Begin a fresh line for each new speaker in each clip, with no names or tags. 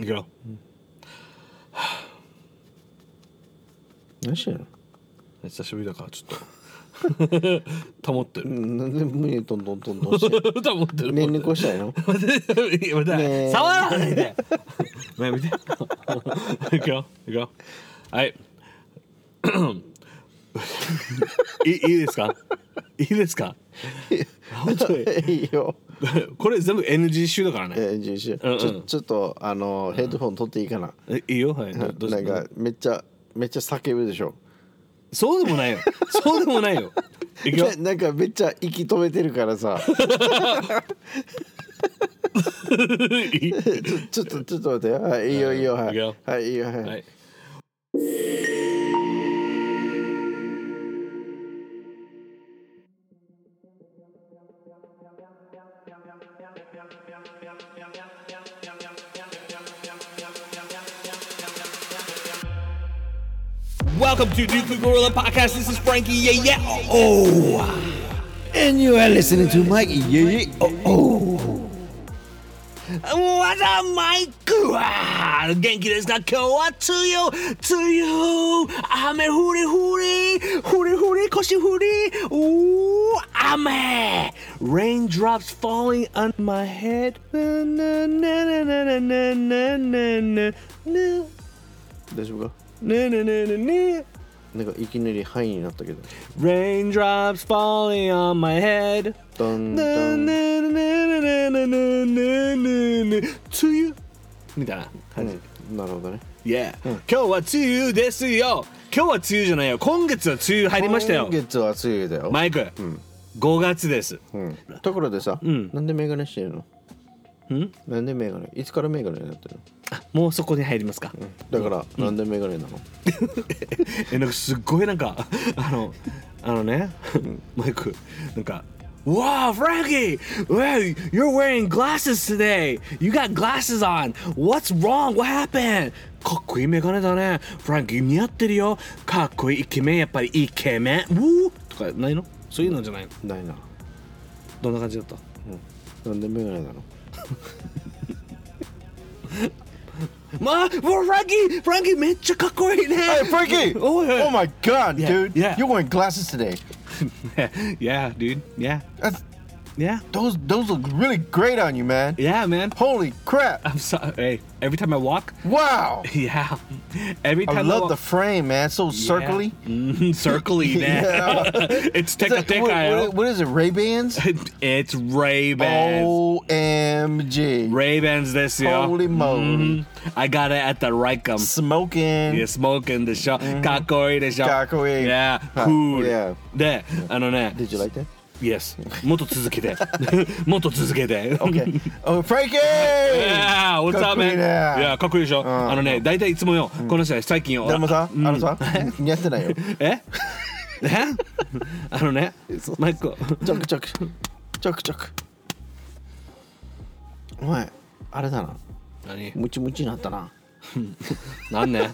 いくよ
何してんの
久しぶりだからちょっ と保ってる
なんで胸トントントントンして
保って る
ねんねこしたいの
待って待って
ねえ
触らないで前 見ていくよいくよはい いいいですかいいですか本当に
いいよ
これ全部 NG 集だからね
えー人種
うんうん
ちょちょっとあのヘッドホン取っていいかな
えいいよはいどどう
な
ぞ
んかめっちゃめっちゃ叫ぶでしょ
そうでもないよそうでもないよいくよ
ななんかめっちゃ息止めてるから さちょちょっとちょっと待ってよはいいいよいいよはいい
くよ
はいいいよ はい、
はい
Welcome to Dooku Gorilla Podcast. This is Frankie. Yeah, yeah. Oh, oh.
And you are listening to Mike yeah, yeah. Oh,
What a mic! Ah, 元気ですか今日は強い強い雨降り降り降り降り腰降りおー雨
Raindrops falling on my head. Na, na, na, na, na, na, na, na, na, na.
大丈夫か
Na, na, na, na, na.
なんかいきなりハイになったけど
Raindrops falling on my head.
ドンド
Na,
ン
na, na, na, na, na, na, na, na, na. 梅雨みたいな感じ。
うんなるほどね
Yeah. 今日は梅雨ですよ。今日は梅雨じゃないよ。今月は梅雨入りましたよ
今。月は暑いだよ、
マイク、5月です。
うん、ところでさ、
ん
なんでメガネしてるの
ん
なんでメガネいつからメガネになってる
あもうそこに入りますか。
のだから、なんでメガネなの
えなんかすっごいなんかあのあのねマイクなんか Wow, Frankie! Wow, you're wearing glasses today! You got glasses on! What's wrong? What happened? かっこいいメガネだね。フランキー似合ってるよ。かっこいいイケメン、やっぱりイケメン。ウォーとかないのそういうのじゃないの
ないな、
どんな感じだった
うん、なんでメガネなの
まあ、もうフランキーフランキーめっちゃかっこいいね
Hey, Frankie!
Oh, yeah.
Oh my god,
Yeah,
dude!
yeah.
You're wearing glasses today.
yeah, dude. Yeah.
That's,
Yeah.
those those look really great on you, man.
Yeah, man.
Holy crap!
I'm sorry. Hey, every time I walk,
Wow!
Yeah. Every
I
time
love the
walk-
frame, man. It's so circly.
Yeah. Mhm, circly, man.
Yeah.
it's
It's
take a
like-
take
what-
out.
what- what is it? Ray Bans?
It's Ray Bans.
OMG!
Ray Bans this year.
Oh. Holy moly!
I got it at the Rikeham.
Smoking.
You're smoking the show. Kakoi the show.
かっこいい
Yeah.
はい
Cool.
Mm-hmm. Yeah.
で、あのね、
Did you like that?
Yes. もっと続けて。 もっと続けて。
Okay. oh, Frankie!
Yeah, what's
かっ
up,
こいい
man?
ね
Yeah, かっこいいでしょ。
ん
あのね、大体いつもよ、この人は最近よ。
で もさ、
うん
あのさ、似合ってないよ。
ええあのねマイク
ちょくちょく、ちょくちょく。お前、あれだな。
何
ムチムチになったな。
何 ね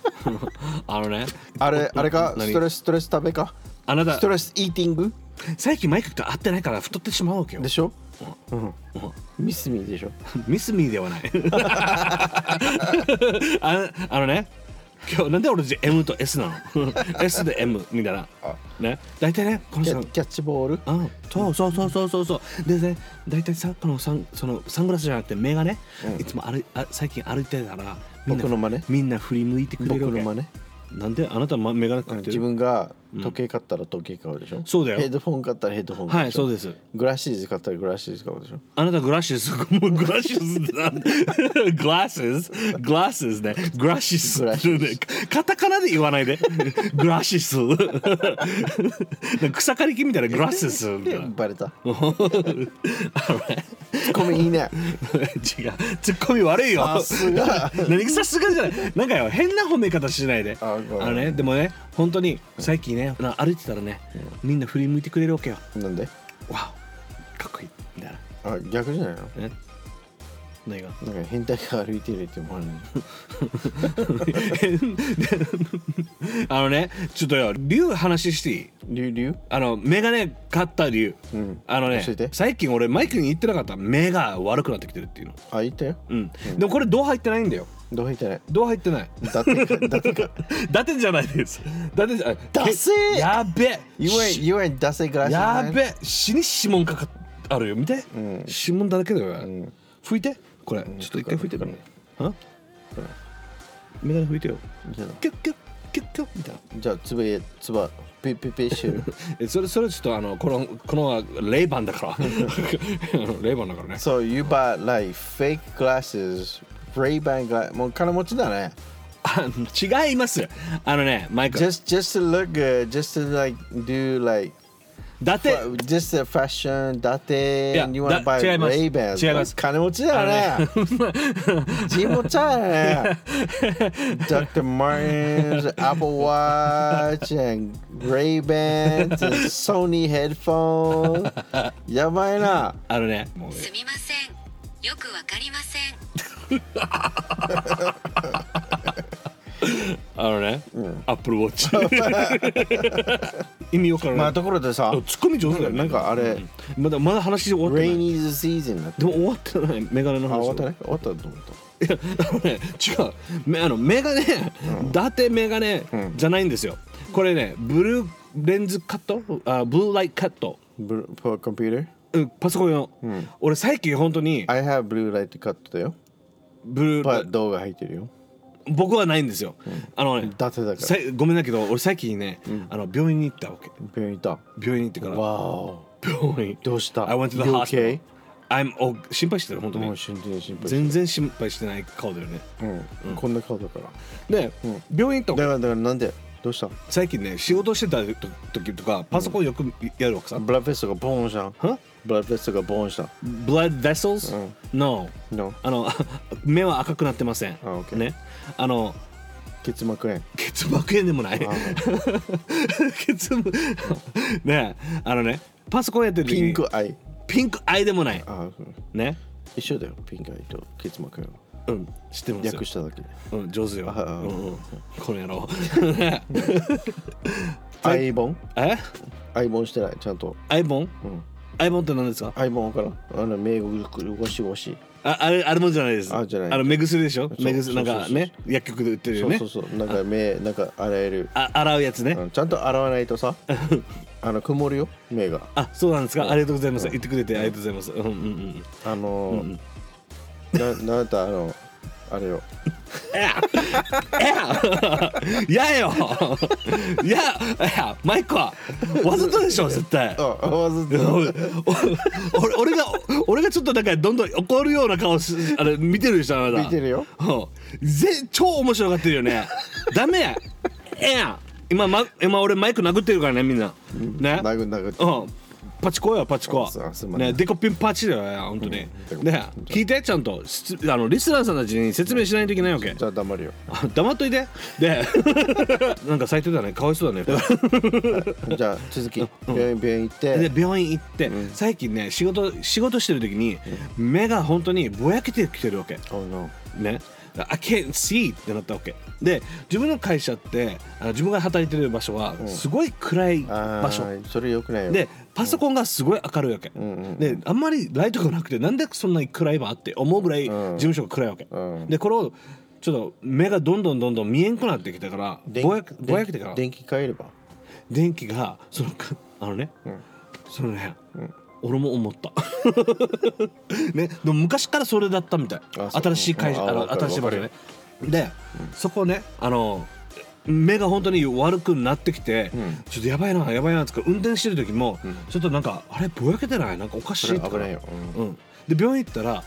あのね
あれ、あれか、
何
ストレス、ストレス食べか。
あな
スト
た
レスイーティング
最近マイクと会ってないから太ってしまうわけよ
でしょうん。ミスミーでしょ
ミスミーで はないああのね今日なんで俺たち M と S なの S で M みたいなね大体ねこの
キ
人
ャキャッチボール
あそうそうそうそうそうそうでね大体さこのサンそのサングラスじゃなくて目がね、いつも歩いあ最近歩いてたらみんな
僕の真似
みんな振り向いてくれるわけ
僕の真似
なんであなたまメガネかけて
自
る
分が時計買ったら時計買うでしょ
そうだよ
ヘッドフォン買ったらヘッドフォン買う
はい
でしょ
そうです
グラシーズ買ったらグラシーズ買うでしょ
あなたグラッシスもうグラッシ スってなんグラススグラススねグラッシス
グラシス
カタカナで言わないでグラシス なんか草刈り機みたいなグラシ スみたいな
バレた
あのね
ツッコミいいね
違うツッコミ悪いよ
さすが
何がさすがじゃないなんかよ変な褒め方しないで
あ
あ
ごめん
のねでもね本当に最近ねな歩いてたらねみんな振り向いてくれるわけよ
なんで
わおかっこいいみたい
あ逆じゃないの
なね何が
なんか変態が歩いてるって思われる
あのねちょっとよ理由話していい
リュウリュウ
あのメガネ買った理由、
うん
あのね
教えて
最
Oh,
近俺マイクに言ってなかった目が悪くなってきてるっていうの
あいたよ
うん、でもこれ同入ってないんだよ
どう入ってない
ドア入ってない
だって かだってか
伊達じゃないです伊達じゃない
ダセー
けやべえ
You ain't,
し
you ain't ダセグラス
やべえ死に指紋かかっあるよ見て、指紋だらけだよ、拭いてこれちょっと一回拭いてみるはメダル拭いてよ
じゃあ
キュッキュッキュッキュッみたいな
じゃあつばえつばピピピしてる
えそれそれちょっとあのこのこのはレイバンだから レイバンだからね
So you buy like fake glasses Ray Ban glass もう金持ちだね
あ違いますあのねマイク伊
Just just to look good just to like do like
達
fa- just the fashion だて
や
you wanna
だ
buy
違います
Ray Ban
違います
金持ちだね地持ちだ ね Dr. Martens Apple Watch and Ray Ban Sony headphones やばいな
あのね もう
すみませんよくわかりません
あのね、アップルウォ ッチ意味わからない、
まあところでさ
ツッコミ上手だよね
なんかあれ
うんまだまだ話終わってない
Rainy season だって
でも終わってないメガネの
あ
話
終わったね終わったと思った
いやあのね 違うめあのメガネ、伊達メガネじゃないんですよこれねブルーレンズカットあブルーライトカット、
Blue- for computer?
うん、パソコン用、俺最近本当に
I have blue light cut だよ。
ブルーライ
But 動画入ってるよ。
僕はないんですよ、あのね
伊達だから
さいごめんだけど俺最近ね、あの病院に行ったわけ
病院行った。
病院に行ってから
わ
病院
どうした
I went to the
You
hospital
okay?
I'm o 心配してる本当
お。もう
に
心配心配。
全然心配してない顔だよね
うん。こんな顔だから。
で、病院と
だからだからなんでどうした
最近ね仕事してた時とかパソコンよくやるわけさ、
ブラフェストがボーンした。
は
ブラフェストがボーンした。
Blood vessels、No
No
あの 目は赤くなってません、
あ OK
ねあの
結膜炎。
結膜炎でもない 結膜ねあのねパソコンやってる時
ピ
に
ンクアイ。
ピンクアイでもない
あうん
ね
一緒だよ。ピンクアイと結膜炎。
うん知ってますよ
略しただけ。
うん、上手よ、
ああ
うんうん、この野 郎
アイボン
え
アイボンしてない。ちゃんと。
アイボン
うん。
アイボンって何ですか
アイボンからん。あの、名語ゴシゴシ。
ああれあれもんじゃないです
あじゃない
の目薬でしょ
そう
目薬なん
そう
か
そうそう
ね薬局で売ってる
そ
よ
う
ね
そうそう。なんか目、なんか洗える。
あ洗うやつね、
うんちゃんと洗わないと さあの曇るよ目が
あそうなんですか、ありがとうございます言ってくれてありがとうございますうんうんうん
あのーななんだあのあれよ
いやよいやいやマイクはわざとでしょ絶対
あ わざ
お
と
お俺俺が俺がちょっとなんかどんどん怒るような顔しあれ見てるでしょあなた
見てるよ
うんぜ超面白がってるよねダメやええやん今,、ま、今俺マイク殴ってるからねみんなね
殴る殴って
うんパチコよパチコ
あすすまんな
ねデコピンパチだよね本当に
うん
ね聞いてちゃんとしあのリスナーさんたちに説明しないといけないわけ
じゃあ黙るよ
あ黙っといてで なんか最低だねかわいそうだね
じゃあ続き病院病院行っ
で
て
病院行って、最近ね仕事仕事してる時に、目が本当にぼやけてきてるわけ
Oh no
ね I can't see ってなったわけで自分の会社ってあの自分が働いてる場所はすごい暗い
あ
場所、
ーそれよくないよ
でパソコンがすごい明るいわけ、
んうん
であんまりライトがなくてなんでそんなに暗いわって思うぐらい事
ん
務所が暗いわけ、
うん
でこれをちょっと目がどんどんどんどん見えんくなってきたから
電
ぼやけぼやけてから
電気変えれば
電気がそのかあのね、そのね、俺も思った ねでも昔からそれだったみたい
あそう
新しい会社
うん
あ
あわ
の
かる
新しい場所ねで、そこねあの目が本当に悪くなってきて、
ん
ちょっとやばいなやばいなってか運転してる時も、ちょっとなんかあれぼやけてないなんかおかしい
それ
と
危
か
ないよ
うん、で病院行ったら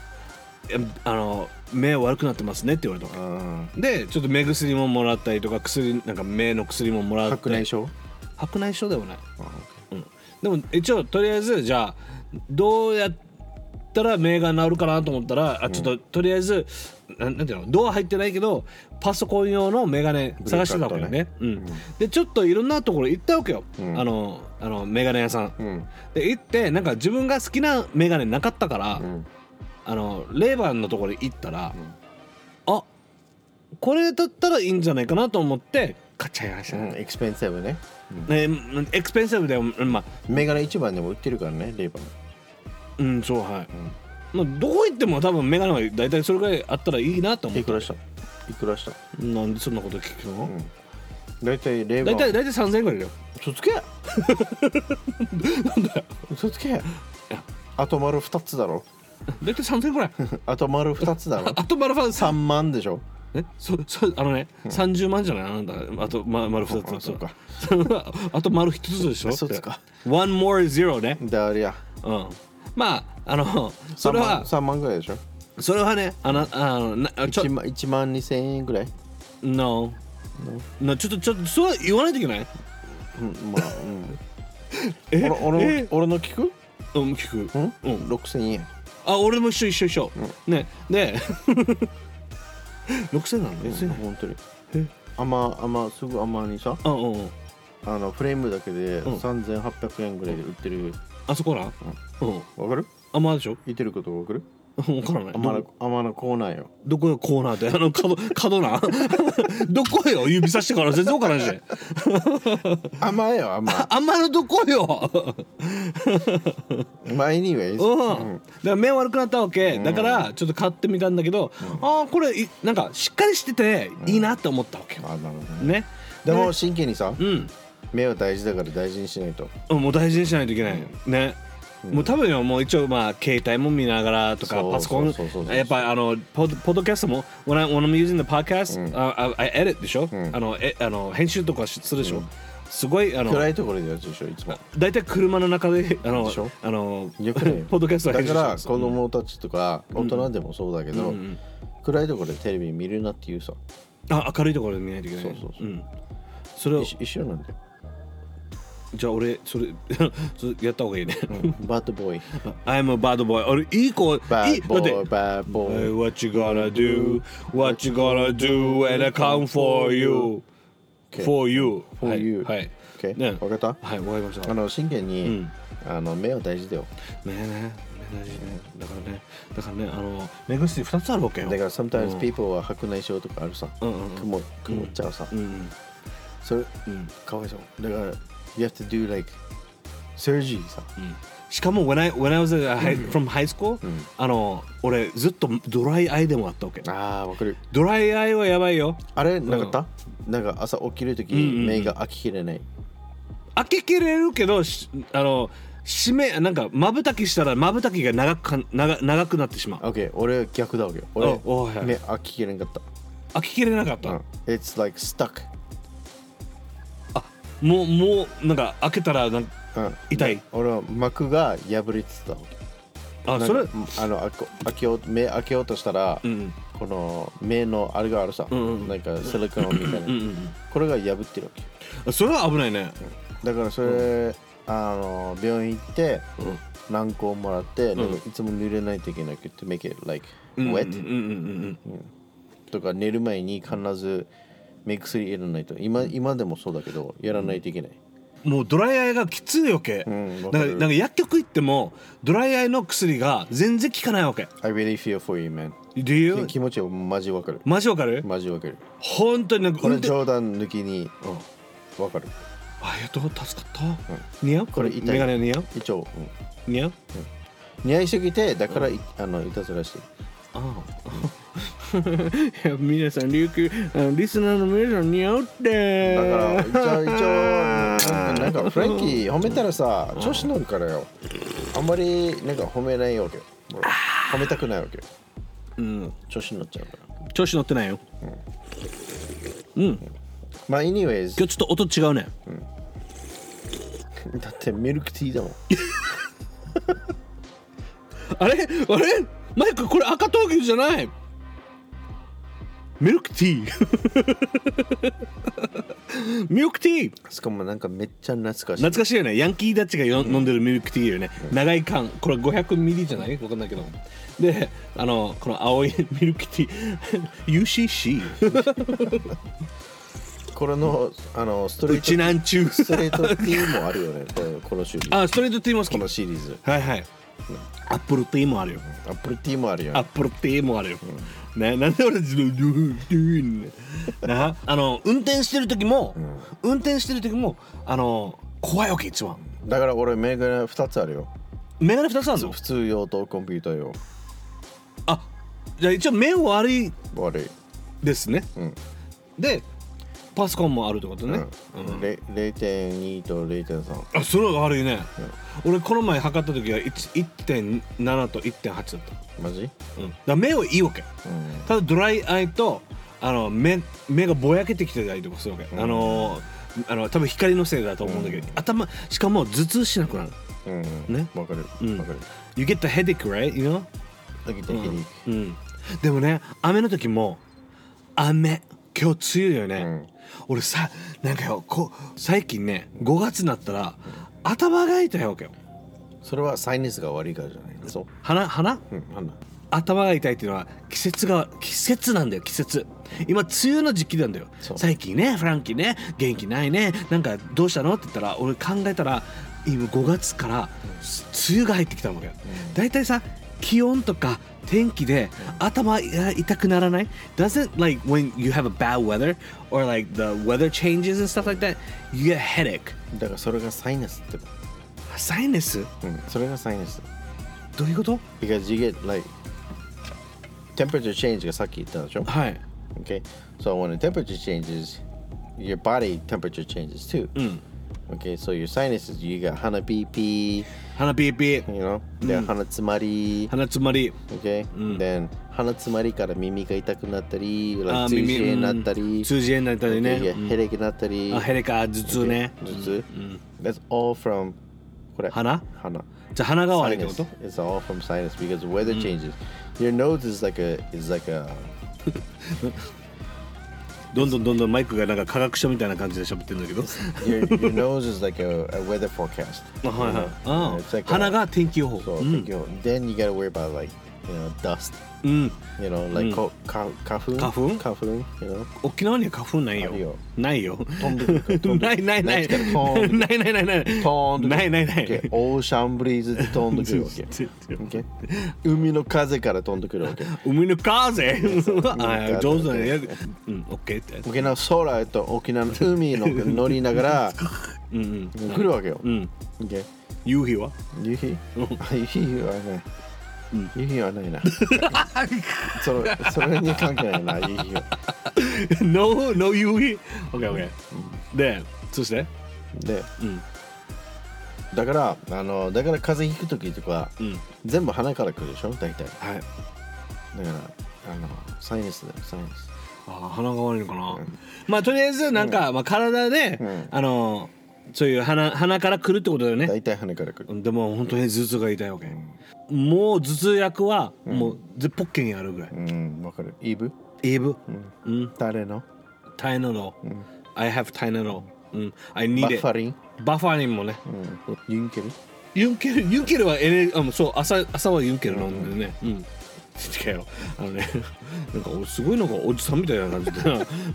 えあの目悪くなってますねって言われた
う
わ
ん
けでちょっと目薬ももらったりとか薬なんか目の薬ももらって
白内障
白内障でもない、うん、でも一応とりあえずじゃあどうやったら目が治るかなと思ったらあちょっと、とりあえずなんなんていうのドア入ってないけどパソコン用のメガネ探してたわけよねうんでちょっといろんなところ行ったわけよ、あのあのメガネ屋さん、
ん
で行ってなんか自分が好きなメガネなかったから、あのレーバンのところに行ったら、あこれだったらいいんじゃないかなと思って買っちゃいました、
うんエクスペンセブね
ね、うんエクスペンセブで、うんまあ、
メガネ一番でも売ってるからねレイバン
うん、そう、はい。まあ、どこ行っても、多分メガネは大体それぐらいあったらいいなと思っ
い
て
く。らしたいくらした
なんでそんなこと聞くの、
大体レバ
大
ー
体大体3000円ぐらいだよ
嘘 つけなんだ嘘つけあと丸2つだろ
大体3000円ぐらい
あと丸2 つだろ
あと丸ファン
3万でしょ
えそそあのね、30万じゃないあなたあと、ま、丸2つ
あそうか
あと丸1つでしょ
そうですか
One more zero ね
だりゃ
うんまああのそ
3
れ
万
は
3万ぐらいでしょ
それはねあのあのなあちょ
1, 万1万2000円ぐらい、
No なちょっとちょっとそう言わないといけない
うん、まあ、うん、
え
俺俺
え
の俺の聞く
うん聞く
うん、
うん
6000円
あ俺も一緒一緒一緒、ね で6000なの
え
6000
本当にあまあまあすぐあまにさ
あうんうん
あのフレームだけで
ん
3800円ぐらいで売ってる
あそこらうん
わかる
あまあでしょ
言ってることわかる
分からない
あま
ど
のあまのコーナーよ
どこがコーナー ってあの角角な どこよ指さしてから全然分からんし
あまよあま
あんまのどこよ
まあ anyways
うん、だから目悪くなったわけ、だからちょっと買ってみたんだけど、ああこれいなんかしっかりしてていいなって思ったわけ、
あなるほどね
ね
でも
ね
真剣にさ
うん
目は大事だから大事にしないと
うんもう大事にしないといけないよね、もう多分よもう一応まあ携帯も見ながらとか
そう
パソコ
そうそうそうそ
ン
う
やっぱりあのポッポッドキャストも when, I, when I'm using the podcast、ああ I edit でしょ、
ん
あのえあの編集とかしするでしょ、すごいあの
暗いところでやるでしょいつも
大体車の中であの
でしょ
あの
よくないよ
ポッドキャストは
だ
編集
か
して
ら
ま
子
す
供たちとか大人でもそうだけ
う
ど、
んうん
暗いところでテレビ見るなって言うさ
あ明るいところで見ないといけない
そうそうそうん
それを
一緒一緒なんだよ、
じゃあ俺それ それやった方がいいね
バッドボーイ
I'm a bad boy 俺いい子いいだ
バ
って
ッドボーイバッドボーイ
Hey, What you gonna do What you gonna do when I come for you
Okay.
For you
For you
はい
OK
ね
わかった
はいわかりました
あの真剣に、
うん
あの目は大事だよ
ねえねえねえねえだからねだからねあの目薬二つあるわけ
だ
よ
から sometimes
うん
people は白内障とかあるさ、
うんうんうん
曇曇っちゃうさ、
うん
それ
うん
かわいそうだから you have to do like surgery さ、
しかも when I, when I was a high, from high school、あの俺ずっとドライアイでもあったわけ
あーわかる
ドライアイはやばいよ
あれなかった、なんか朝起きるとき、
んうん
目が開ききれない
開けきれるけどしあの締めなんかまぶたきしたらまぶたきが長くか長長くなってしまう
OK 俺は逆だわけよ俺
おおはい
目開ききれなかっ、
開けきれなかったた、
It's like stuck、
あもうもうなんか開けたらなん
うん、
痛い
俺は膜が破れてたわけ
あ
なん
それ
かあの開こ開けよう目開けようとしたら、
うん
この目のあれがあるさ、
んうん
なんかシリコンみたいな、
うんうん
これが破ってるわけよ
あそれは危ないね
だからそれ、あの病院行って、軟膏もらって、なんかいつも濡れないといけなくて make it like
うん
wet、
うんうん
とか寝る前に必ず目薬入れないと今今でもそうだけどやらないといけない、
うんもうドライアイがきついわけ、な
ん
ん
わ
か
かる
なんか薬局行ってもドライアイの薬が全然効かないわけ
I really feel for you man
理由
気持ちはマジわかる
マジわかる
マジわかる
本当になんか
こ
運
れ
転
冗談抜きにわかる
ありがとう助かった似合うこれ
これ痛い
メガネ似合う
一応、
似合う
うん、似合いすぎてだからい、あのいたずらしてる
あ あ皆さん琉球あのリスナーの皆さん似合うって
だから一応一応なんかなんかフランキー褒めたらさ調子乗るからよあんまりなんか褒めないわけよ俺褒めたくないわけよ
うん
調子乗っちゃうから
調子乗ってないよ
まあ
今
anyways
日ちょっと音違うね
だってミルクティーだもん
あれあれマイクこれ赤闘牛じゃないミルクティー ミルクティー
しかもなんかめっちゃ懐かしい
懐かしいよねヤンキーたちがよ飲んでるミルクティーよね、長い缶これ500ミリじゃないわかんないけどであのこの青い ミルクティー UCC
これのあのストレ
うち
ート
なんちゅう
ストレートティーもあるよねこのこのシリーズ
あストレートティーも好き
このシリーズ
はいはいアップルティーもあるよ
アップルティーもあるよ
アッ
ね
プルティーもあるよ、ね、なんで俺自分ドゥードゥーンねなあの運転してる時も、運転してる時もあの怖いわけ一番
だから俺メガネ2つあるよ
メガネ2つあるの
普通用とコンピューター用
あじゃあ一応目悪い
悪い
ですね、
うん
でパソコンもあるってことね、
うん、れ0.2と0.3
あそれが悪いね、俺この前測った時は1 1.7と1.8だっ
マジ、
た、うん、だから目はいいわけ
うん、
ただドライアイとあの目目がぼやけてきてたりとかするわけ、
うん
あのあの多分光のせいだと思うんだけど、頭しかも頭痛しなくなる
うん
ね
わかるわか
う
る、
ん You get the headache right you know
ドキドキリ
うん、でもね雨の時も雨今日梅雨だよね、
ん
俺さなんかよこ最近ね5月になったら頭が痛いわけよ
それはサイネスが悪いからじゃないそ
鼻鼻
う、うん、なんだ
頭が痛いっていうのは季節が季節なんだよ季節今梅雨の時期なんだよ
そう
最近ねフランキーね元気ないねなんかどうしたのって言ったら俺考えたら今5月から梅雨が入ってきたわけよ、
うん
だいたいさ気温とか天気で頭が痛くならない Doesn't like when you have a bad weather or like the weather changes and stuff like that you get a headache
だからそれがサイネスって、
サイネス
うん、それがサイネス
どういうこと
because you get like temperature change がさっき言ったでしょ
はい
Okay. So when the temperature changes, your body temperature changes too.
うん
Okay. So your sinuses, you got hana BP,
鼻ピーピー
you know, then hana tsumari.
鼻詰まり
Okay. Then hana tsumari から耳が痛くなったり、
Mm. あ
like
ー
通
耳
じ炎になったり、
通じ炎になったりね
Okay, yeah, ヘレキになったり、
あヘレカ頭痛ね
Okay, 頭痛。That's all from これ。
鼻
鼻。
じゃあ鼻が悪いってこ
Sinus.
と
It's all from sinus because the weather changes. Your nose is like a is like a
どんどんどんどんマイクがなんか科学書みたいな感じで喋ってるんだ けど
your, your nose is like a, a weather forecast.
あはいはい
You know,
あ
it's like
ー Oh,
a-
鼻が Mm. 天気予報
So
う
like,
ん
you know, then you gotta worry about like you know dust,
うん
you know like
Mm.
co- ka- kafun,
Kafun?
kafun, you know.
沖縄には花粉ない
ある
よ
よ
ないよ
飛んで
な
く
い
る
ないない
ないから飛ん
ないないないない
飛んでく
な
る
いないない
Okay, ocean breeze で飛んでくるわ け。Okay? 海の風から飛んでくるわけ。
海の風
の
あ
風
上手だねうんオッケーって
沖縄空と沖縄の海の乗りながら
うんうん
来るわけよ。
うん
Okay?
夕日は
夕日あ夕日はね、夕日は ないな。それそれに関係ないな、夕日は。
No, no 夕日。OK, OK. で、そして、
で、
うん、
だから、あのだから風邪ひくときとか、
うん、
全部鼻から来るでしょ、
は
大体。
い。
だからあのサイネスだよサイネス
あー鼻が悪いのかな。まあとりあえずなんか、まあ体で、
うん
あのそういう鼻鼻から来るってことだよね。
大体鼻から来る
でも本当に頭痛が痛いわけ。もう頭痛薬は、もうずポッケにあるぐらい。
うんわかるイブ
イブ、
う
うん、
誰の
タイノロ。I have タイノロ。うん、I
バ
need
ッ
it
フ。ァリン、
バッファリンもね。
うん、ユンケル
ユンケル、ユンケルはエネ、あ、もうそう、朝、朝はユンケル飲んでね。うん。違うよ。あのね、 なんか俺すごいなんかおじさんみたいな 感じで、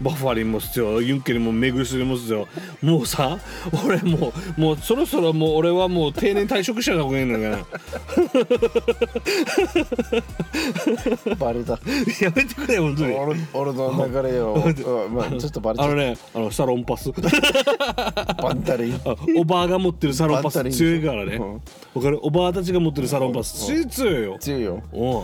バファリンも必要、ユンケルも目薬も必要。もうさ、俺もう、もうそろそろもう俺はもう定年退職者た方がいいんだから。
バレた
やめてくれ、本当に。
俺俺の 流れを、うんまあ、ちょっとバレち
あ
ゃ
の
っ
ね、あのサロンパス。
たバンタリン
あおばあが持ってるサロンパス
バッタリンでしょ
強いからね。
うん
わかるおばあたちが持ってるサロンパス、強い強いよ。
強いよ
うん。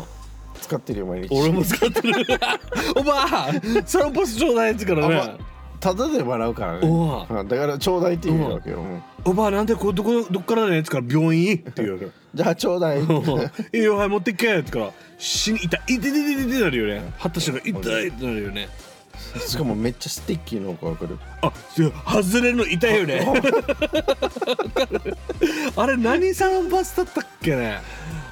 使ってるよ毎日
俺も使ってる おばあサロンパスちょうだいってから
あん
ね
まただで笑うからね
お
うんだからちょうだいって言うわけよ、うん
おばあなんでこどこどっからだねってから病院って 言うわ
じゃあちょうだい
けいいよはい持ってけってから死に痛い痛い痛い痛い痛いってなるよねはった人が痛いってなるよね
しかもめっちゃスティッキーの子が来る
あそう外れるの痛いよ ねあれ何サロンパスだったっけね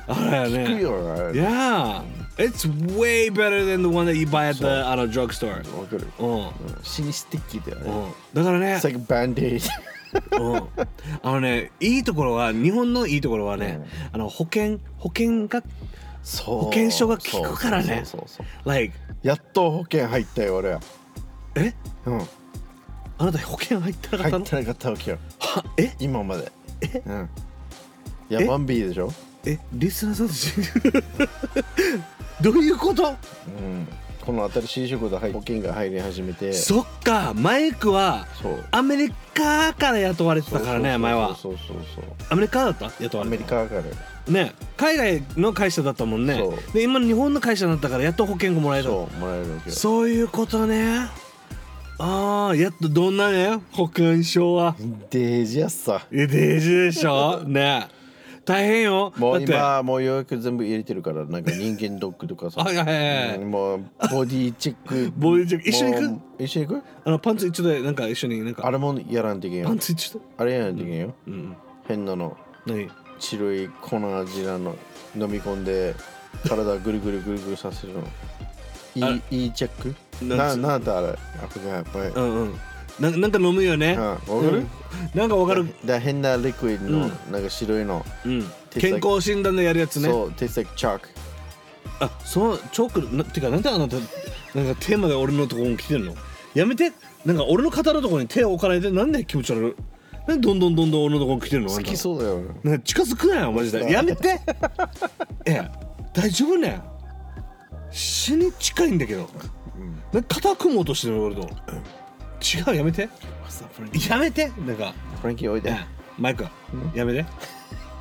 あれよ
来る
ね
よあれ
Yeah It's way better than the one that you buy at the あの drugstore
わかる
うんうん
死にスティッキーだよね
だからね
It's like band-aid
うんあのねいいところは日本のいいところはね、あの保険保険が
そう
保険証が効くからね
そうそうそうそう
like
やっと保険入ったよ俺は
え
うん
あなた保険入ってなかった
入っ
の
てなかったわけよ
はえ
今まで
え
うんいや
え
バンビーでしょ
えリスナーさんたち どういうこと
うんここの新しい仕事入保険が入り始めて
そっかマイクは
そう
アメリカから雇われてたからね前は
そうそうそうそう
アメリカだった雇わ
ア
れ
メ
て
リ
た
カから
ね海外の会社だったもんね
そう
で今日本の会社になったからやっと保険がもらえる
そうもらえるわけよ
そういうことねああやっとどんなね保険証は
デージやっさ
え大事でしょ ね大変よ
も
だ
う
って
今もう予約全部入れてるからなんか人間ドックとかさ
はいはいはい
うんもうボディチェック
ボディチェック一緒に行く
もう一緒に行く
あのパンツ一度でなんか一緒になんか
あれもやらんといけん
パ
よ
ンツ一度
あれやらんといけんよ
うん
変なの
何
白い粉味なの飲み込んで体ぐるぐるぐるぐるさせるの
あ
いいいいチェック
な
なんなんだあれあこれやっぱりうん
うんうんななんか飲むよね
わか
う
る
んなんかわかる
だ変なリクイッドの
うん
なんか白いの
うん
手先
健康診断でやるやつね
そう手先チャーク
あそのチョークなてかなんであなたなんかテーマで俺のとこに来てんのやめてなんか俺の肩のとこに手を置かないでなんで気持ち悪いなんでどんどんどんどん俺のとこに来てるの
好き
う
そうだよね
近づくなよマジでやめて ええ大丈夫ね死に近いんだけど、なんか肩組もうとしてるの俺と、違うやめてやめてなんか
フランキーおいで
ねマイクやめて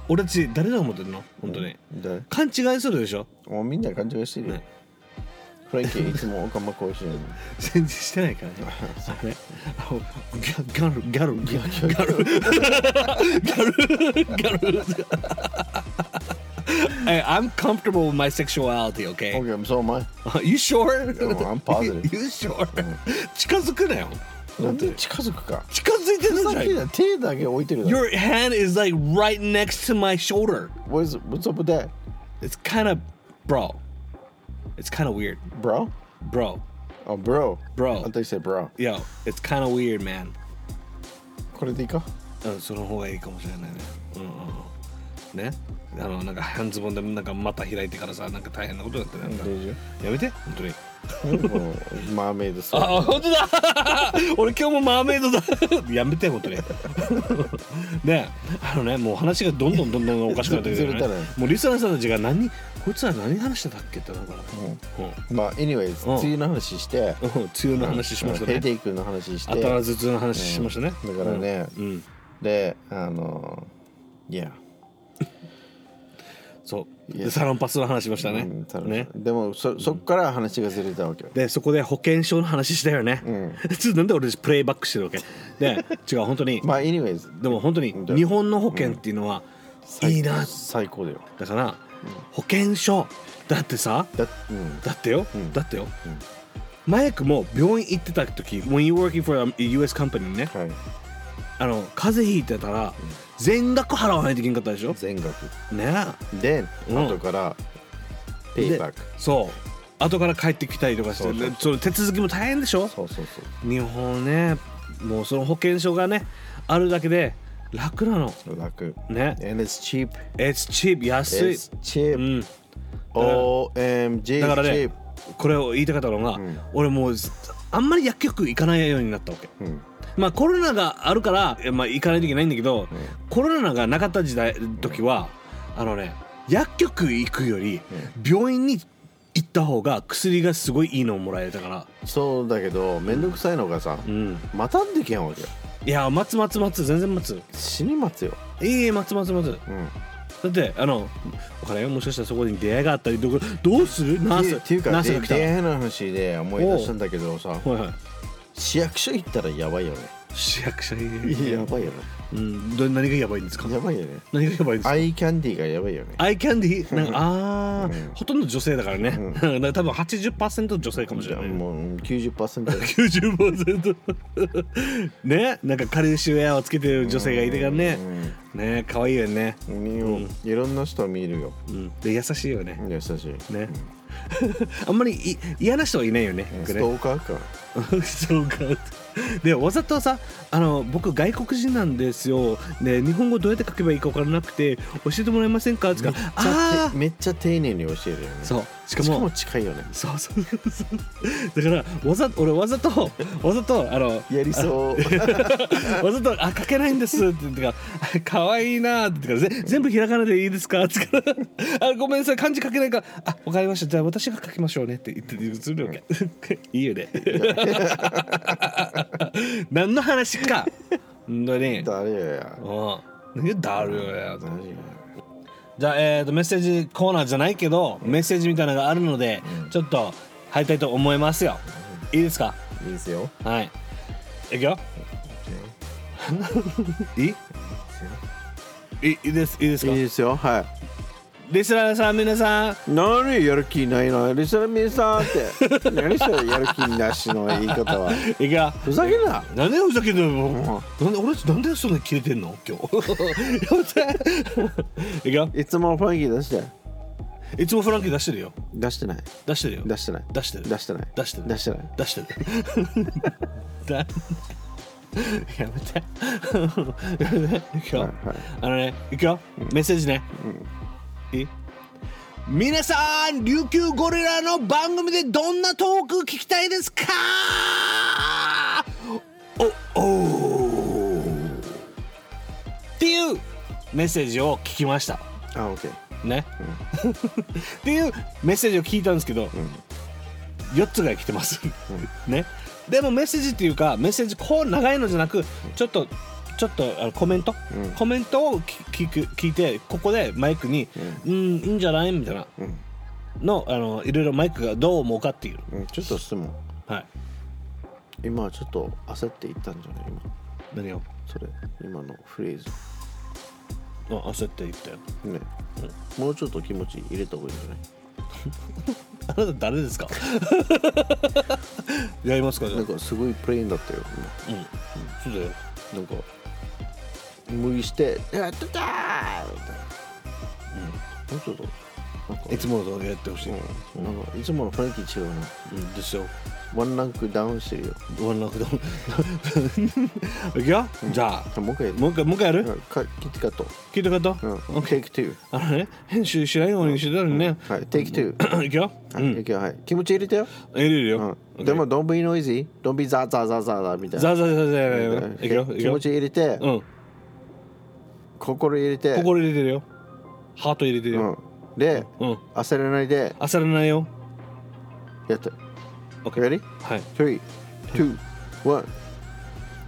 俺たち誰だと思ってるの本当に、
で
勘違いするでしょ
もうみんな勘違いしてるよ
ね
フランキーいつもおかまこうしてる
全然してないからね。あれあのギャギャルギャルギャ ルギャルギャ ル。Hey, I'm comfortable with my sexuality, okay?
OK so am I
You sure?
I'm positive.
You sure? 近づくなよ。
なんで近づくか
近づいてるじ
手
ゃ
先
ん。
だ手だけ置いてるだろ
Your hand is like right next to my shoulder.
What's what's up with that
It's kind of, bro. It's kind of weird,
bro
bro.
Oh bro
Bro.
I thought you said bro
Yo, it's kind of weird, man.
これでいいか
うん、その方がいいかもしれないね。うんうんうん。ね。あの、なんか半ズボンでなんか股開いてからさ、なんか大変なことだったね。なんか
大丈
やめて、本当に。
夫もうマーメイドそう
ああ、本当だ 俺今日もマーメイドだ やめて、本当に。ねあのね、もう話がどんどんどんどんおかしくなってくる、
ずれたね
もうリスナーさんたちが何、こいつら何話してたっけってなるから。
まあ anyways
うん
梅雨の話して
うん。うん、梅雨の話しました
ヘイテ
ね。
イクの話し
あ
て
たら頭痛の話しましたね。
うんだからね
うん。うん
であの Yeah
そう。
い
で
や
サロンパスの話しましたね。
うん楽しい
ね。
でもそそっから話がずれたわけよ
でそこで保険証の話したよね、 ちょっとなんで俺プレイバックしてるわけ で違う本当に
まあ anyways
でも本当に
ん
日本の保険っていうのは
最
いいな
最高だよ
だから保険証だってさ
だうん
だってよ、
ん
だってよ、マイクも病院行ってた時 When you working for a US company ね
はい
あの風邪ひいてたら全額払わないといけなかったでしょ
全額
ね
で
うん
後からペイ
で
バック
そう後から帰ってきたりとかして
そうそう
ねその手続きも大変でしょ
そうそうそ
日本ねもうその保険証がねあるだけで楽なの
う楽
ね
and it's cheap
It's cheap 安い
it's cheap
うん、だ
OMG
からね
cheap
これを言いたかったのが、
ん
俺もうあんまり薬局行かないようになったわけ
うん
まあコロナがあるから、えまあ、行かないといけないんだけど、コロナがなかった時代時は、あのね薬局行くより病院に行った方が薬がすごいいいのをもらえたから、
そうだけどめんどくさいのがさ
うん、
待たんでけんわけよ
いや待つ待つ待つ全然待つ
死に待つよ
いいえ待つ待つ待つ
うん
だってあのお金もしかしたらそこに出会いがあったりどこどうするナース
っていうか
ナース
で
が来た
出会いの話で思い出したんだけどさ
はいはい
市役所行ったらやばいよね
市役所に
ばいよね
うんど何がやばいんですか
やばいよね
何がやばいんですか
アイキャンディーがやばいよね
アイキャンディーなんかあーほとんど女性だからね、 だから多分80%女性かもしれない
もううん90%
90%ね なんかカルシウェアをつけてる女性がいてからねね可愛いよね、
見よういろんな人見るよ
うん、で優しいよね
優しい
ね あんまりい嫌な人はいないよね、僕
スト
ね
ーカー か
そうか。でわざとさあの僕外国人なんですよで日本語どうやって書けばいいか分からなくて教えてもらえませんかって言うからああ
めっちゃ丁寧に教えるよね
そうしか
しか
も
も近いよね
そうそうそう そうだからわざ俺わざとわざとあの
やりそう
わざと「あ書けないんです」って言ってから「 かわいいな」って言ってからぜ全部ひらがなでいいですか?」 って言ってからあ「ごめんなさい漢字書けないからあわかりましたじゃあ私が書きましょうね」って言っててするわけ いいよね何の話か本当に
誰や
うん何だるよや
誰や
じゃあ、えー、とメッセージコーナーじゃないけどメッセージみたいなのがあるので、ちょっと入りたいと思いますよ、いいですか
いいですよ
はいいくよ いいいいですいいです
い
か
いですよはい
リスナーさん皆さん
何やる気ないのリスナー皆さんって何それやる気なしの言い方はい
くよ
ふざけんな
なんでふざけてんのなんで俺なんでそんなにキレてんの今 日いくよ
いつもファンキー出して
いつもフランキー出してるよ
出してない
出してるよ
出してない
出してる
出してない
出してる
出してない
出してるだやめていくよ、
はいはい
あのねいくよメッセージね、いい皆さん琉球ゴリラの番組でどんなトーク聞きたいですかおおーっていうメッセージを聞きました
あオッケー
ね、っていうメッセージを聞いたんですけど、4つぐらい来てます、ねでもメッセージっていうかメッセージこう長いのじゃなくちょっとちょっとあのコメント、
うん
コメントを聞聞く聞いてここでマイクに「うん、いいんじゃない?」みたいな
うん
のあのいろいろマイクがどう思うかっていう、
うんちょっと質問
はい、
今はちょっと焦っていったんじゃない今
何を
それ今のフレーズ
あ焦って言ったよ
ねもうちょっと気持ち入れた方がいいんじゃない
あなた誰 ですかやりますかじゃあ
なんかすごいプレインだったよ
うん、そうだよ
今なんか無理して「やってたー!」みたいなうんもうちょっとなんか
いつもの動画やってほしい、
うんなんかいつものフランキー違うな
うん、ですよ
ワンランクダウンしてるよ
ワンランクダウン。 いくよ。じゃあ、
もう一回やる
もう一回、もう一回やる、
うんか切ってカット
聞いたこと、
うん Take two
あのね、編集しないようにしてたのにね。
はい Take two
いくよ。う
はい
ん。
いくよはい気持ち入れてよ
入れる
う
よ
ん。でも Don't be noisy Don't be ザザザザザみたいな
ザーザーザーザーザ
うん
ーいくよ。いく
気
よ
持。ち入れて
うん。
心入れて
心入れてるよ。ハート入れてる
う
よ。
んで
うん。
焦らないで
焦らないよ。
やって
OK
Ready?
はい。
Three, two, one.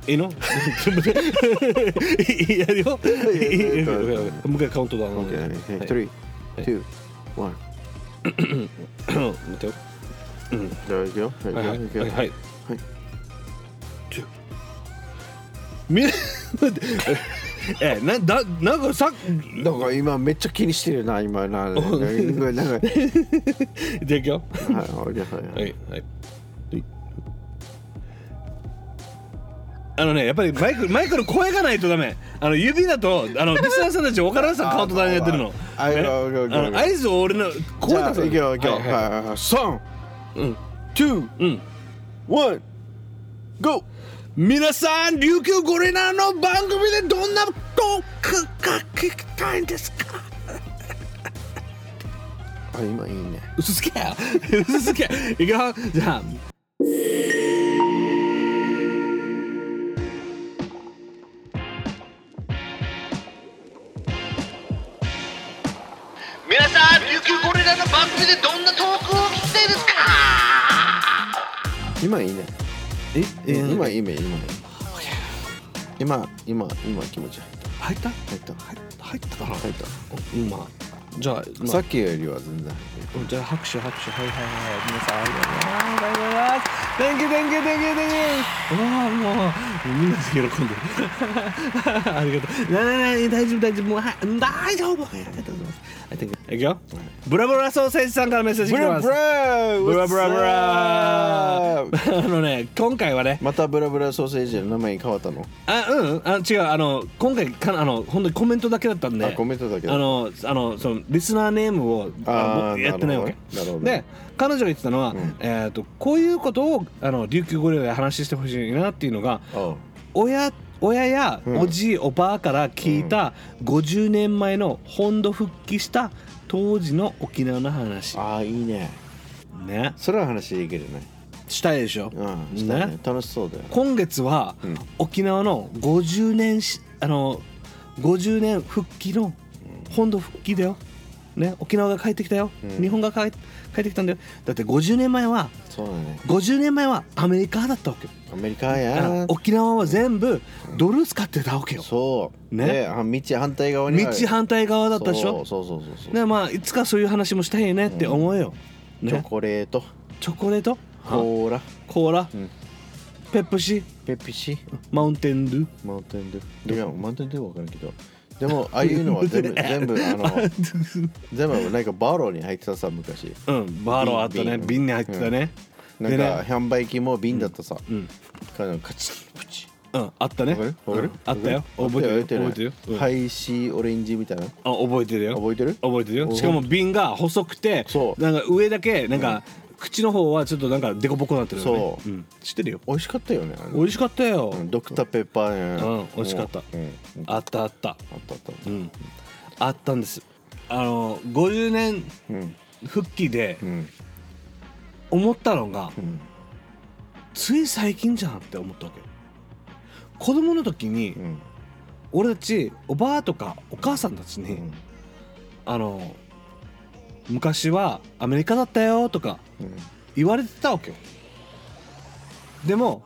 いいの いいやるよ。 いいいいいいもう一回カウントダウン。
Okay,
はい
okay, three, two, one.
待ってよ。
じゃあ行くよ。行く
はい
よ
はい
行く
は
よ
いはい
はい。
みえなだなんかさ
なんか今めっちゃ気にしてるな今 な。なんかなんか。
じゃあいくよ
はいはいはい
は
はい。
いはいあのねやっぱりマイクマイクの声がないとダメあの指だとあのリスナーさんたち分からんさカウントダウンやってるのね
あはいはいはい
あの合図を俺の
じ
声
ゃあ
出す
行くよ行くよ。はい
は
はいはい。Song,
いうん
two,
うん
one, go.
皆さん琉球ゴリラの番組でどんなトークが聞きたいんですか
あ今いいね。
嘘つけや 嘘つけいくよじゃあ
皆さん琉球ゴリラの番組でどんなトークを聞きたいですか
今いいね。え今いいね今いいね。今今今気持ち
入った
入った入っ
入ったかな
た入った。
今じゃあ、まあ
さっきよりは全然。
うんじゃあ拍手拍手はいはいはい皆さんありがとうございますありがとうございます Thank you thank you thank you thank you わあもうみんな喜んでるありがとうななな大丈夫大丈夫もうはい大丈夫はいありがとうございます I think. いくよ。ブラブラソーセージさんからメッセージ
ブ
来て
ラ
ます
ブ。ラ
ブラブラブラあ
What's up？
のね、今回はね、
またブラブラソーセージの名前に変わったの
あ、うん、あ違う、あの、今回か、あの、本当にコメントだけだったんで、
あコメントだけだ
あの、あの、その、リスナーネームを、
あー
僕やってないわけ。
なるほどねなる
で、彼女が言ってたのは、えっと、こういうことを、あの、琉球語で話してほしいなっていうのが、
おう
親親や
ん
おじい、おばあから聞いた50年前の本土復帰した当時の沖縄の話
ああいいね
ね
それは話できるね
したいでしょ、
うんしたね楽しそうだよ
今月は、
ん
沖縄の50年しあの50年復帰の本土復帰だよ、ね、沖縄が帰ってきたよ、
うん
日本が帰帰ってきたんだよだって50年前は
そうだね
50年前はアメリカだったわけ
アメリカ
だから
や
沖縄は全部ドル使ってたわけよ
そう
ね
ねあ道反対側にある
道反対側だったでしょ
そうそうそうそうそう
ねまあいつかそういう話もしたいねって思うよ、
チョ
ね、
コレート
チョコレートコ
コーラ
ーラ、
うん
ペプシ
ペプシ
マウンテン ドゥ
マウンテンデュいやマウンテンデューは分からんけどでもああいう のは全部全部あの全部なんかバローに入ってたさ昔
うんバーローあったね
瓶
瓶に入ってたね、
なん
で
か
ね
販売機も瓶だったさ
うん
カチップチ
うんあったね
わかるわか
う
る
んあったよ
わか
覚えてるよ
わ
覚えて
か
るよ、うん
ハイシーオレンジみたいな
あ覚えてるよ
覚えてる
覚えてるよ
覚え
しかも瓶が細くて
そう
なんか上だけなんか、口の方はちょっとなんかデコボコになってるよね、
そうん
知ってるよ
美味しかったよねあれ
美味しかったよ、
うんドクターペッパーね
うん美味しかった
うんうんあ
あったあった
ったあったあっ
うんあったんですあの50年
たうん
復帰で
うん
思ったのが、
うん
つい最近じゃんって思ったわけ子供の時に
うん
俺たちおばあとかお母さんたち
う
に、
ん
あの昔はアメリカだったよとか言われてたわけよでも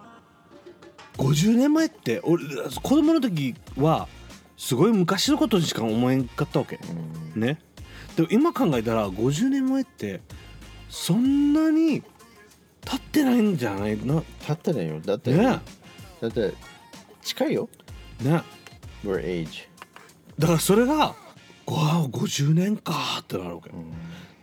50年前って俺子供の時はすごい昔のことにしか思えんかったわけ
うん
ねでも今考えたら50年前ってそんなに経ってないんじゃないな
立ってないよだって
ね
だって近いよ
ね
We're age
だからそれがわあ50年かーってなるわけ、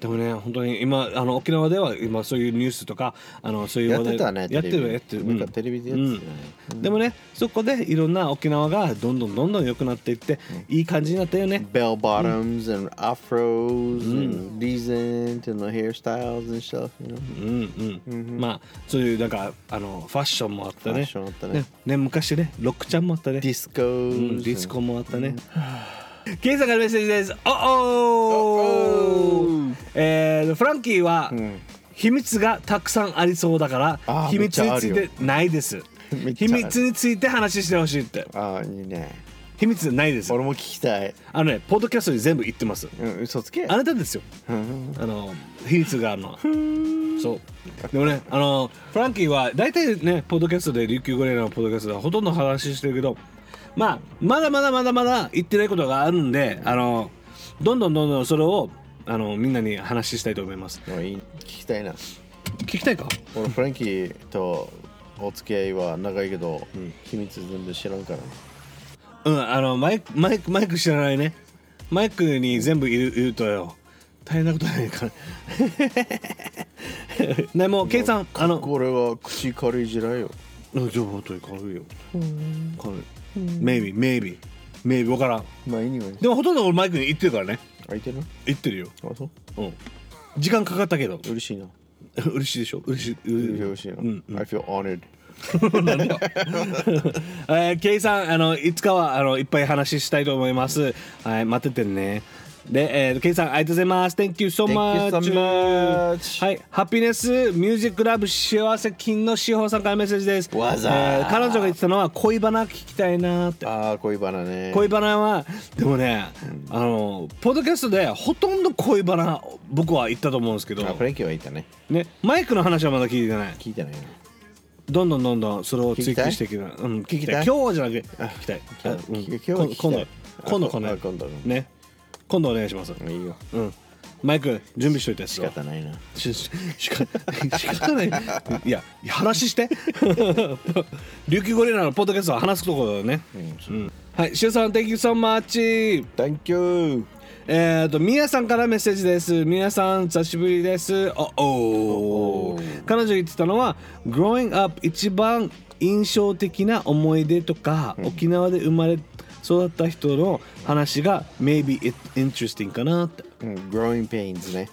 でもね本当に今あの沖縄では今そういうニュースとかあのそういう
やってたね
やって
テレ
る
ビ
やってる
なんかテレビでやってたね
うんでもねそこでいろんな沖縄がどんどんどんどん良くなっていって、いい感じになったよね
bell bottoms and afros
Mm.
and decent and the hairstyles and stuff, you know.
うんうん、
Mhm.
まあそういうなんかあのファッションもあったね
ファッションあったね
ね昔ねロックちゃんもあったね
Disco.
うん、ディスコもあったね。ケイさんからメッセージです。おお
お
ー
ー
えーフランキーは、
ん
秘密がたくさんありそうだから
あー
秘密につい
めって
ないです。
めっちゃ
秘
ある
密について話してほしいって。
ああ、いいね。
秘密ないです。
俺も聞きたい。
あのね、ポッドキャストで全部言ってます。
うん、嘘つけ。
あなたですよ。
うん
あの秘密があるのは。そう。でもね、あのフランキーは大体ね、ポッドキャストで琉球ゴリラのポッドキャストではほとんど話してるけど、まあまだまだまだまだ言ってないことがあるんで、あのどんどんどんどんそれをあのみんなに話したいと思います。
もういい聞きたいな。
聞きたいか？
俺、フランキーとお付き合いは長いけど、秘密全部知らんからね。
うん、あのマイクマイクマイク知らないね。マイクに全部いるいるとよ。大変なことない から。ねもうケイさんあの
これは口軽いじらいよ。
うん、じゃあ本当に軽いよ。軽い。maybe maybe maybe わからん。
まあ、anyway。
でもほとんど俺マイクに行ってるからね。
空いてるあ、
行ってるよ。
そう
うん。時間かかったけど。
嬉しいな。
嬉しいでしょ。嬉しい。
嬉しいな。
うん。
I feel honored.
なんでよ。 えー、ケイさん、あのいつかはあのいっぱい話したいと思います。はい、待っててね。で、えー、ケイさん、ありがとうございます。Thank you so much.
Thank you so much.
はい、ハピネスミュージックラブ幸せ金の志保さんからメッセージです。
わざ
えー彼女が言ってたのは恋バナ聞きたいなって。
ああ、恋バナね。
恋バナはでもね、あのポッドキャストでほとんど恋バナ僕は言ったと思うんですけど
あ、フランキーはいたね。
ねマイクの話はまだ聞いてない
聞いてないよ。
どんどんどんどんそれを追
聞きた
求
い
していけないうん、聞きたい
聞きた
今
い
日はじゃなくて聞きたいあ
今
うん
日今日は聞きたい
今度今度今
あ
度
今度
ね今度お願いします
いいよ。
うんマイク準備しといて
仕方ないな。
しししか仕方ないいや話して 琉球ゴリラのポッドキャストは話すところだよね、うんはいしゅうさん Thank you so much
Thank you!
えっ、と、みやさんからメッセージです。みやさん、久しぶりです。おお彼女言ってたのは、Growing Up 一番印象的な思い出とか、沖縄で生まれ育った人の話が、Maybe it interesting かなって。
うん、growing pains ね。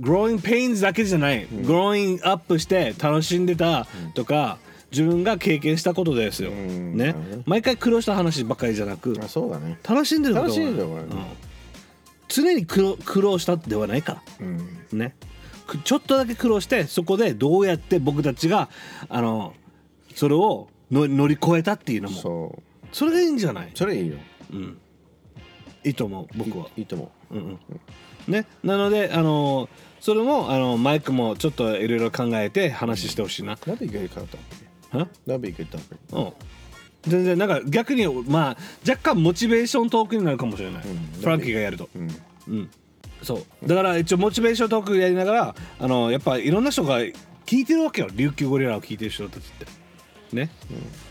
Growing Pains だけじゃない、Growing Up して楽しんでたとか、自分が経験したことですよ。
ん
ね、毎回苦労した話ばかりじゃなく、
あ、そうだね。
楽しんでること
楽
が
しいんだよ、これ。
常に苦労苦労したではないから
うん。
ねくちょっとだけ苦労してそこでどうやって僕たちがあのそれをの乗り越えたっていうのもそ
そ。
れがいいんじゃないう
それいいよ。
いいと思う僕はい
いと思
うんうんねなのであのそれもあのマイクもちょっといろいろ考えて話してほしいな、
う。なんでいけるかだったっけ
は
なんでいけたっけ
うん全然なんか逆にまあ若干モチベーショントークになるかもしれない、フランキーがやると
うん。
うん、そうだから一応モチベーショントークやりながらあのやっぱいろんな人が聞いてるわけよ琉球ゴリラを聞いてる人たちってね、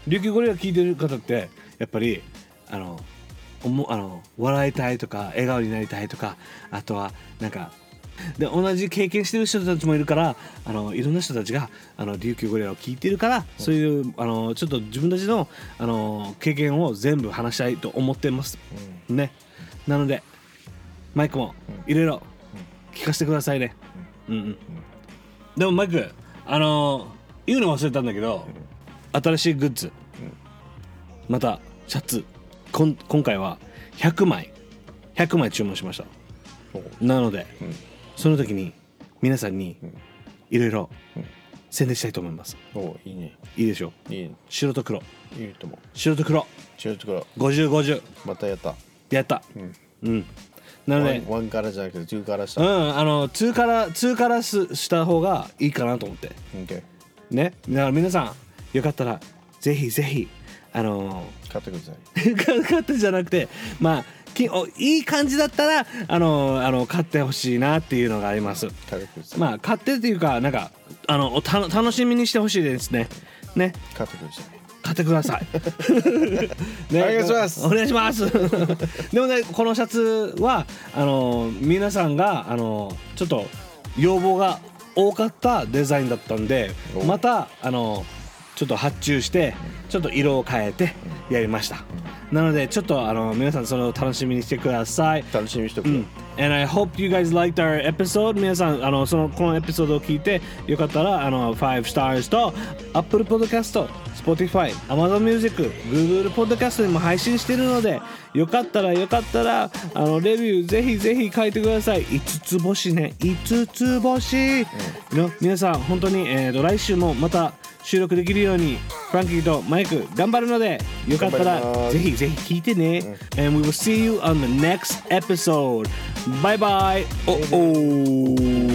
琉球ゴリラ聞いてる方ってやっぱりあのおもあの笑いたいとか笑顔になりたいとかあとはなんかで同じ経験してる人たちもいるからあのいろんな人たちがあの琉球ゴリラを聞いてるからそういうあのちょっと自分たちのあの経験を全部話したいと思ってます、ねなのでマイクもいろいろ聞かせてくださいね。うんうん。でもマイク、あのー、言うの忘れたんだけど、新しいグッズ、またシャツ、こん今回は100枚、100枚注文しました。なので、その時に皆さんにいろいろ宣伝したいと思います。
おおいいね。
いいでしょう。
いいね。
白と黒、
いいと思
白と黒、
う。違うところ、
50、50、
またやった。
やった。
うん。
うん。なの
ワ
で
ン、ワンからじゃなくて、ツーからし
う
た。
ん、あの通から通からすした方がいいかなと思って
オッケー。
ねだから皆さんよかったらぜひぜひあの
買ってください。
ー買ってじゃなくてまあきおいい感じだったらあのーあの買ってほしいなっていうのがあります
買ってください。
まあ買ってっていうかなんかあのおたの楽しみにしてほしいですねね
買ってください。
買ってくだ さい。
お願いします
お願いします。 でもね、このシャツはあの皆さんがあのちょっと要望が多かったデザインだったんで
お、
またあのちょっと発注して、ちょっと色を変えてやりました。なのでちょっとあの皆さんそれを楽しみにしてください。
楽しみにしておくよ。
And I hope you guys liked our episode. 皆さん、あの、その、このエピソードを聞いて、よかったら、あの、5 stars と、Apple Podcast、Spotify、Amazon Music、Google Podcast にも配信しているので、よかったら、よかったら、あの、レビュー、ぜひぜひ書いてください。5つ星ね。5つ星、の皆さん、本当に、えーと、来週もまた収録できるように、フランキーとマイク頑張るので、よかった
頑張りま
ら、
す
ぜひぜひぜひ聞いてね。And we will see you on the next episode. Bye bye. おお。